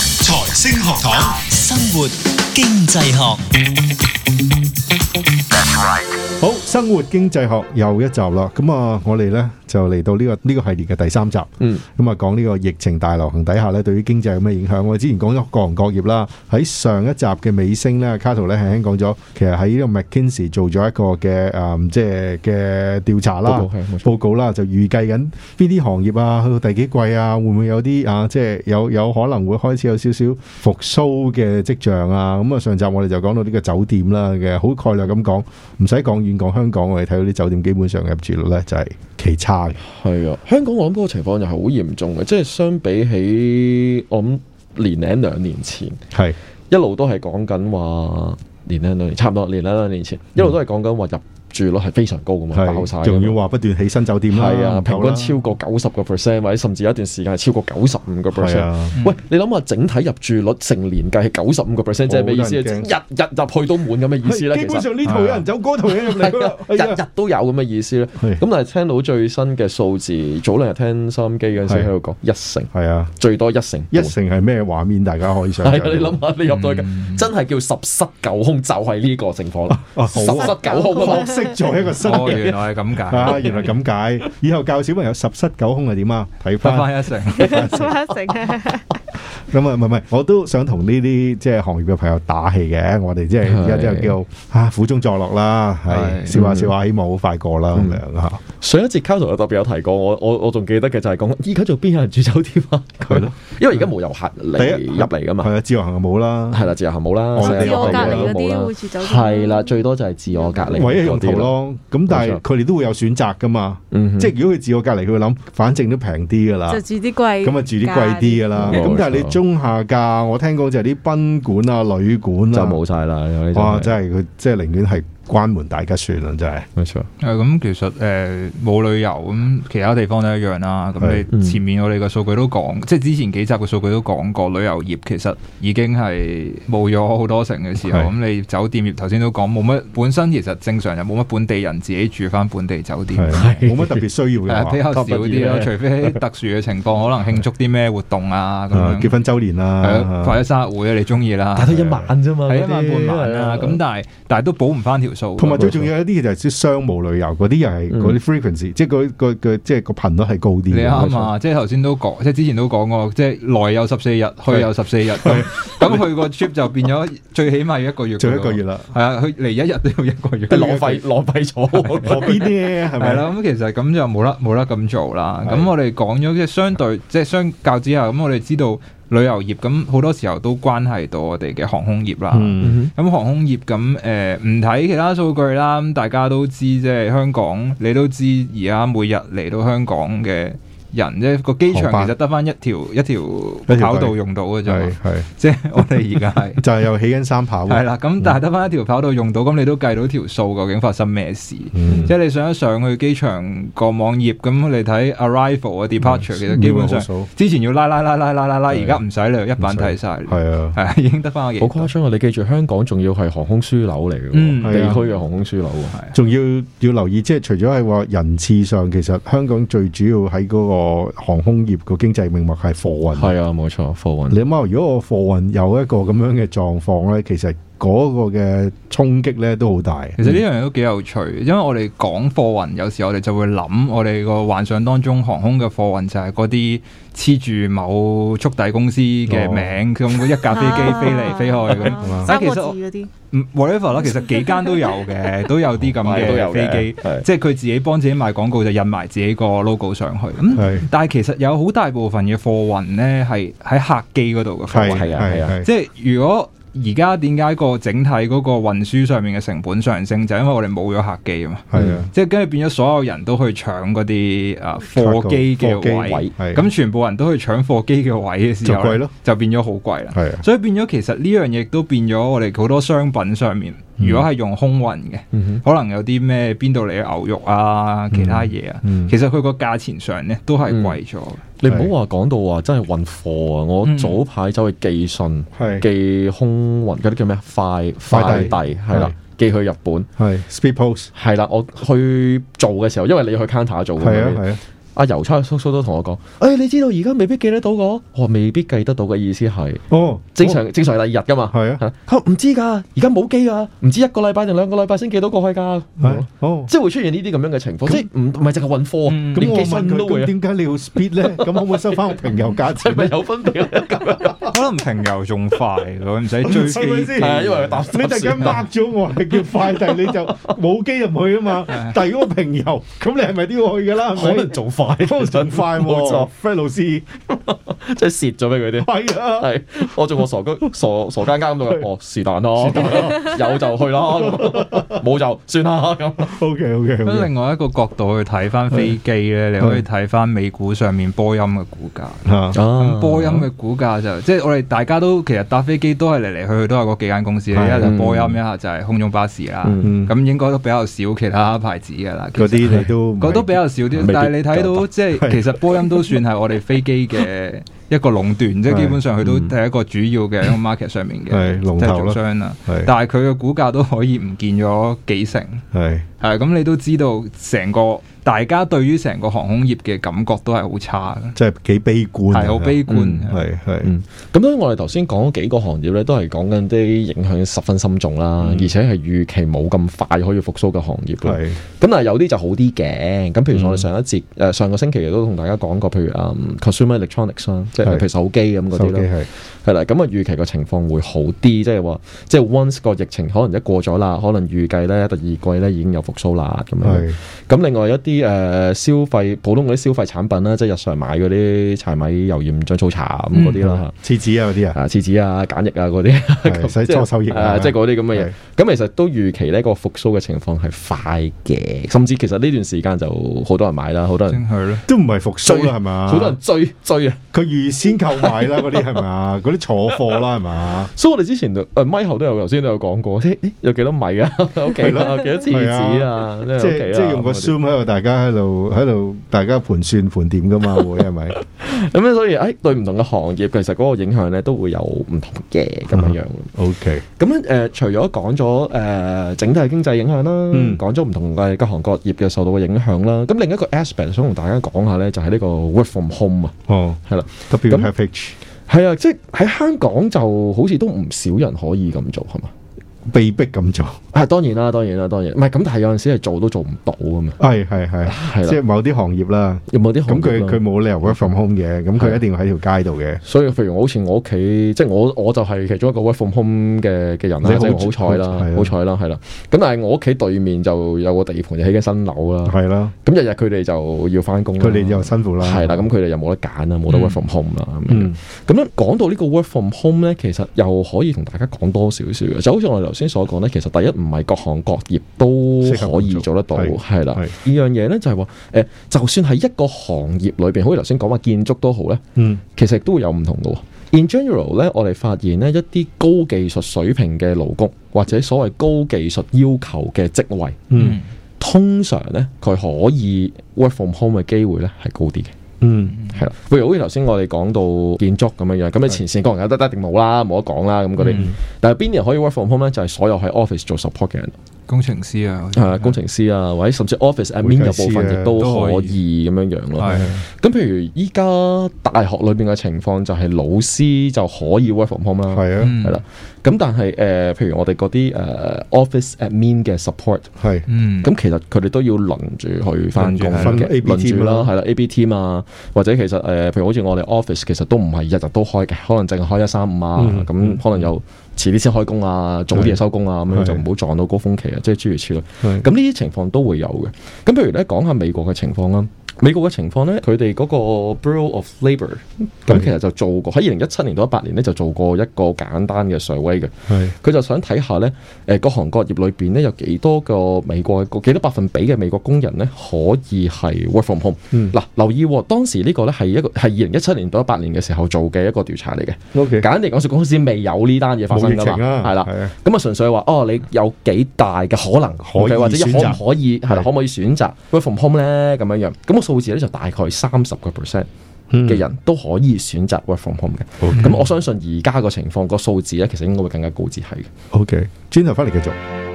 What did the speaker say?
星學堂，生活經濟學，好，生活經濟學又一集啦，咁啊，我哋呢就嚟到呢、個呢、個系列嘅第三集，嗯，咁啊講呢個疫情大流行底下呢，對於經濟有咩影響？我哋之前講咗各行各業啦，喺上一集嘅尾聲呢，卡圖呢輕輕講咗，其實喺呢個 McKinsey 做咗一個嘅誒、嗯即係嘅調查啦，報告係冇錯報告啦，就預計緊邊啲行業啊，去到第幾季啊，會唔會有啲啊，即係有有可能會開始有少少復甦嘅跡象啊？咁啊，上集我哋就講到呢個酒店啦嘅，好概略咁講，唔使講遠講香港，我哋睇到啲酒店基本上嘅入住率咧就係奇差嘅。係啊，香港我諗嗰個情況又係好嚴重嘅，即係相比起我諗年零兩年前，係一路都係講緊話年零兩年，差唔多年零兩年前，一路都係講緊話入住率係非常高噶嘛，爆晒係，㗎仲嘛要話不斷起新酒店啦，係唔啊，夠平啦均超過九十個 percent，或者甚至有一段時間係超過九十五個係 percent。啊，喂，你諗下整體入住率成年計係九十五個 percent，即係咩意思啊？好即得係人日日入去都滿咁嘅意思咧，其實。呢套有人走，嗰套有人入 係啊日日都有咁嘅意思咧。係咁但係聽到最新嘅數字，早兩日聽收音機嗰陣時喺度講一成，係啊，最多一成一半。成係咩畫面？大家可以想像係啊，嗯你諗下，你入到去真係叫十室九空，就係呢個情況啦。啊好十啊室九空學啊嘛，識咗一個新哦，嘅原來係咁解，啊，原來咁解。以後教小朋友十室九空係點啊？睇得翻翻一成， 啊咁啊，唔係唔係，我都想同呢啲即係行業嘅朋友打氣嘅。我哋即係而家係就叫啊苦中作樂啦，係係笑下笑下，希望好快過啦咁嗯樣嚇。上一節 c a r 特別有提過，我我我仲記得嘅就係講，依家仲邊有人住酒店啊？係咯，因為而家冇遊客嚟入嚟噶嘛係，啊，自由行就冇啦，係啦，自由行冇啦，外地世界各地自我隔都離嗰冇啲啦會住酒店係啦，最多就係自我隔離唯一用嗰途啲啦。咯。咁但係冇錯佢哋都會有選擇噶嘛。嗯哼即係如果佢自我隔離，佢會諗反正都平啲噶啦。就住啲貴， 咁啊住啲貴啲噶啦，價咁冇但係你錯中下價，我聽講就係啲賓館啊、旅館就啊，冇晒啦，有呢種哇！係真係佢即係寧願係關門大吉算啦，真係。冇錯。係咁，其實誒冇旅遊咁，其他地方都一樣啦。咁嗯你前面我哋嘅數據都講，即係之前幾集嘅數據都講過，旅遊業其實已經係冇咗好多成嘅時候。係咁你酒店業頭先都講冇乜，本身其實正常就冇乜本地人自己住翻本地酒店。啊係啊冇乜特別需要 嘅誒比話，較少啲咯，特別嘅除非特殊嘅情況，可能慶祝啲咩活動啊咁啊結樣，婚周年係咯，或啦，者生日會啊，你中意啦，但係都一晚啫嘛，係一嗰晚啲半晚啦。係啊咁但係但係都補唔翻條數，同埋最重要一啲就係啲商務旅遊嗰啲又係嗯嗰啲 frequency，即係嗰個個即係個頻率係高啲你嘅。啱啊！即係頭先都講，即係之前都講過，即係來有十四日，去有十四 日，咁咁佢個 trip 就變咗最起碼要一個月，做一個月，啦，係啊，佢嚟一日都要一個月，係啊浪費浪費咗。何 必呢？係係咪啦，咁其實咁就冇得冇得咁做啦。係咁我哋講咗即係相對，即係相較之下，咁我哋知道旅遊業咁好多時候都關係到我哋嘅航空業啦。嗯，咁航空業咁誒唔睇其他數據啦，咁大家都知即係香港，你都知而家每日嚟到香港嘅人，即係個機航場班其實得翻一條一條一條跑道隊用到嘅啫係嘛，係即係我哋而家係就係又起緊三 跑。嗯係啦，咁但係得翻一條跑道用到，咁你都計到條數究竟發生咩事？嗯，即係你上一上去機場個網頁，咁你睇 arrival 嗯啊 departure，其實基本秒上啊好數之前要拉拉拉拉拉拉拉，係而家唔使你一版睇晒，係係啊，啊 已經得翻個好嘢。誇張啊！你記住，香港仲要係航空樞紐嚟嘅嗯喎，地區嘅航空樞紐喎。仲要要留意，即係除咗係話人次上，其實香港最主要喺嗰個航空業個經濟命脈係貨運。係啊，冇錯，貨你運。諗下，如果我貨運有一個咁樣嘅狀況咧，其實嗰個嘅衝擊咧都好大。嗯其實呢樣嘢都幾有趣，因為我哋講貨運，有時我哋就會諗，我哋個幻想當中航空嘅貨運就係嗰啲黐住某速遞公司嘅名，哦咁、一架飛機飛嚟啊飛去 咁。三個字嗰啲，嗯 whatever 啦，其實幾間都有 嘅，都有啲咁係哦都嘅有嘅飛機係，即係佢自己幫自己賣廣告就印埋自己個 logo 上去。咁、係但係其實有好大部分嘅貨運呢係喺客機嗰度嘅係貨運。係啊係啊即係如果而家點解個整體嗰個運輸上面嘅成本上升，就係因為我哋冇咗客機啊嘛。係啊，即係跟住變咗所有人都去搶嗰啲啊貨機嘅貨機位位，係咁全部人都去搶貨機嘅位嘅時候就呢，貴咯就變咗好貴啦。係啊，所以變咗其實呢樣嘢都變咗我哋好多商品上面，嗯如果係用空運嘅，嗯可能有啲咩邊度嚟嘅牛肉啊，其他嘢啊，嗯其實佢個價錢上呢都係貴咗嘅。你唔好話講到話真係運貨啊！我嗯早排走去寄信，係啊寄空運嗰啲叫咩啊快快快遞遞係啦係，寄去日本係 speed post 係啦。我去做嘅時候，因為你要去 counter 做㗎嘛係啊係啊，阿郵差叔叔都同我講：，誒、你知道而家未必記得到個，我話未必記得到嘅意思係哦，正常正常係第二日噶嘛，係啊嚇，佢話唔知㗎，而家冇機㗎，唔知一個禮拜定兩個禮拜先寄到過去㗎，係哦。即係會出現呢啲咁樣嘅情況，即係唔唔係淨係運貨，嗯咁連我寄問信佢，都會咁啊，點解你要 speed 咧？咁可唔可以收翻個平油價係錢咪咧？有分 別啊咁樣？可能平郵仲快， 佢唔使追係咪機。先係啊因為佢搭你突然間 mark 咗我係叫快遞，你就冇機入去啊嘛。 但係如果平油，咁你係咪都要去㗎 啦？係咪仲快，可能仲快冇錯喎，Fred 老 師即係蝕咗俾 佢哋。係啊，係，我做個傻居傻傻更更咁樣，哦是但咯，有就去啦，咁冇就算啦咁。 OK OK 咁 OK，另外一個角度去睇翻飛機嗯咧，你可以睇翻美股上面波音嘅股價。嚇咁嗯波音嘅股價就即係我哋大家都其實搭飛機都係嚟嚟去去都係嗰幾間公司，一係係就波音，一係就係空中巴士啦。嗯咁應該都比較少其他牌子嘅啦。其實嗰啲你都唔係嗰都比較少啲未，必但係你睇夠到膽即係係其實波音都算係我哋飛機 嘅一個壟斷，即係基本上佢都嗯係一個主要嘅一個 market 上面係嘅龍製頭造啦商啦。係但係佢嘅股價都可以唔見咗幾成，係係咁你都知道成個大家對於成個航空業嘅感覺都係好差嘅，真係幾悲觀，啊係好悲觀嗯。係係嗯，咁當然我哋頭先講嗰幾個行業咧，都係講緊啲影響十分深重啦，嗯而且係預期冇咁快可以復甦嘅行業啦。係咁但係有啲就好啲嘅，咁譬如我哋上一節誒、嗯呃上個星期都同大家講過，譬如嗯 consumer electronics 啦，即係係譬如手機咁嗰手啲機啦，係係啦，咁啊預期個情況會好啲，即係話即係 once 個疫情可能一過咗啦，可能預計咧第二季咧已經有復甦啦咁樣。係咁另外一啲誒、呃消費普通嗰啲消費產品啦，即係日常買嗰啲柴米油鹽醬醋茶咁嗰啲啦廁紙啊嗰啲啊，啊廁紙啊、簡易啊嗰啲，係使搓手液啊，啊即係嗰啲咁嘅嘢係。咁其實都預期呢個復甦嘅情況係快嘅，甚至其實呢段時間就好多人買啦，好多人真係咯。都唔係復追甦啦係嘛？好多人追追啊！佢預先購買啦嗰啲係嘛？嗰啲坐貨啦係嘛？所以我哋之前就誒咪後都有頭先都有講過，即係咦有幾多米啊？ 屋企啦，幾多廁紙啊？即即係即係用個 zoom 喺度，大家喺度喺度，大家盤算盤點噶嘛會係咪？咁樣，所以誒對唔同嘅行業其實嗰個影響咧都會有唔同嘅咁樣樣。 OK，咁咧誒，除咗講咗誒整體經濟影響啦，嗯講咗唔同嘅各行各業嘅受到嘅影響啦。咁另一個 aspect 想同大家講下咧，就係、呢個 work from home 啊，哦係啦， ，W F H 係啊，即係喺香港就好似都唔少人可以咁做，係嘛？被逼咁做，啊，當然啦，當然啦，當然，唔係咁，但係有陣時係做都做唔到啊嘛，係係係係，啦即係某啲行業啦。有冇啲咁行業佢啦佢冇理由 work from home 嘅，咁係佢一定要喺條街度嘅。所以譬如我好似我屋企，即係我我就係其中一個 work from home 嘅嘅人你啦，即好係我好彩好係啦啊，好彩啦，係啦。咁但係我屋企對面就有個地盤就起緊新樓啦，係啦，咁日日佢哋就要翻工啦，佢哋就辛苦啦。係啦，咁佢哋又冇得揀啦，冇得嗯 work from home 啦。咁樣嗯，咁咧講到呢個 work from home 咧，其實又可以同大家講多少少嘅，就好似我哋頭先所講咧，其實第一唔係各行各業都適合可以咁做做得到，係係啦。係二樣嘢咧就係話，誒，就算係一個行業裏邊，好似頭先講話建築都好咧，嗯其實都會有唔同嘅喎。In general 咧，我哋發現咧一啲高技術水平嘅勞工或者所謂高技術要求嘅職位，嗯通常咧佢可以 work from home 嘅機會咧係高啲嘅。嗯，係啦，譬如好似頭先我哋講到建築咁樣樣，咁你前線工人有得得一定冇啦，冇得講啦咁嗰啲。但係邊啲人可以 work from home 咧？就係、所有喺 office 做 support 嘅人，工程師啊，係啊工程師啊，或者甚至 office admin 有部分亦都可會計師啊都可以咁樣樣咯。係咁譬如依家大學裏邊嘅情況就係老師就可以 work from home 啦，係啊，嗯係啦。咁但係誒、呃譬如我哋嗰啲誒 office admin 嘅 support。係嗯咁其實佢哋都要輪住去翻工輪住係分嘅 A B 輪住 team 啊啦，啦係啦 A B team 啊，或者其實誒、呃譬如好似我哋 office 其實都唔係日日都開嘅， 可能淨係開一三五啊，嗯咁、可能有遲啲先開工啊，早啲就收工啊，咁樣係就唔好撞到高峰期啊，即係諸如此類。係咁呢啲情況都會有嘅。咁譬如咧講下美國嘅情況啦。美國嘅情況咧，佢哋嗰個 Bureau of Labor 咁係其實就做過喺二零一七年到一八年咧就做過一個簡單嘅 survey 嘅。係佢就想睇下咧，誒、各行各業裏邊咧有幾多個美國嘅幾多百分比嘅美國工人咧可以係 work from home。嗯嗱、留意喎、當時呢個咧係一個係二零一七年到一八年嘅時候做嘅一個調查嚟嘅。 OK，簡單嚟講，就公司未有呢單嘢發冇生疫㗎情嘛，啊，係啦。係啊，咁啊，純粹話哦，你有幾大嘅可能可以 OK，或者選擇可唔可以係啦，係可唔可以選擇 work from home 咧？咁樣樣，咁、個數字咧就大概三十個 percent 嗯嘅人都可以選擇 work from home 嘅。咁、我相信而家個情況、個數字咧，其實應該會更加高至係嘅。 OK，轉頭翻嚟繼續。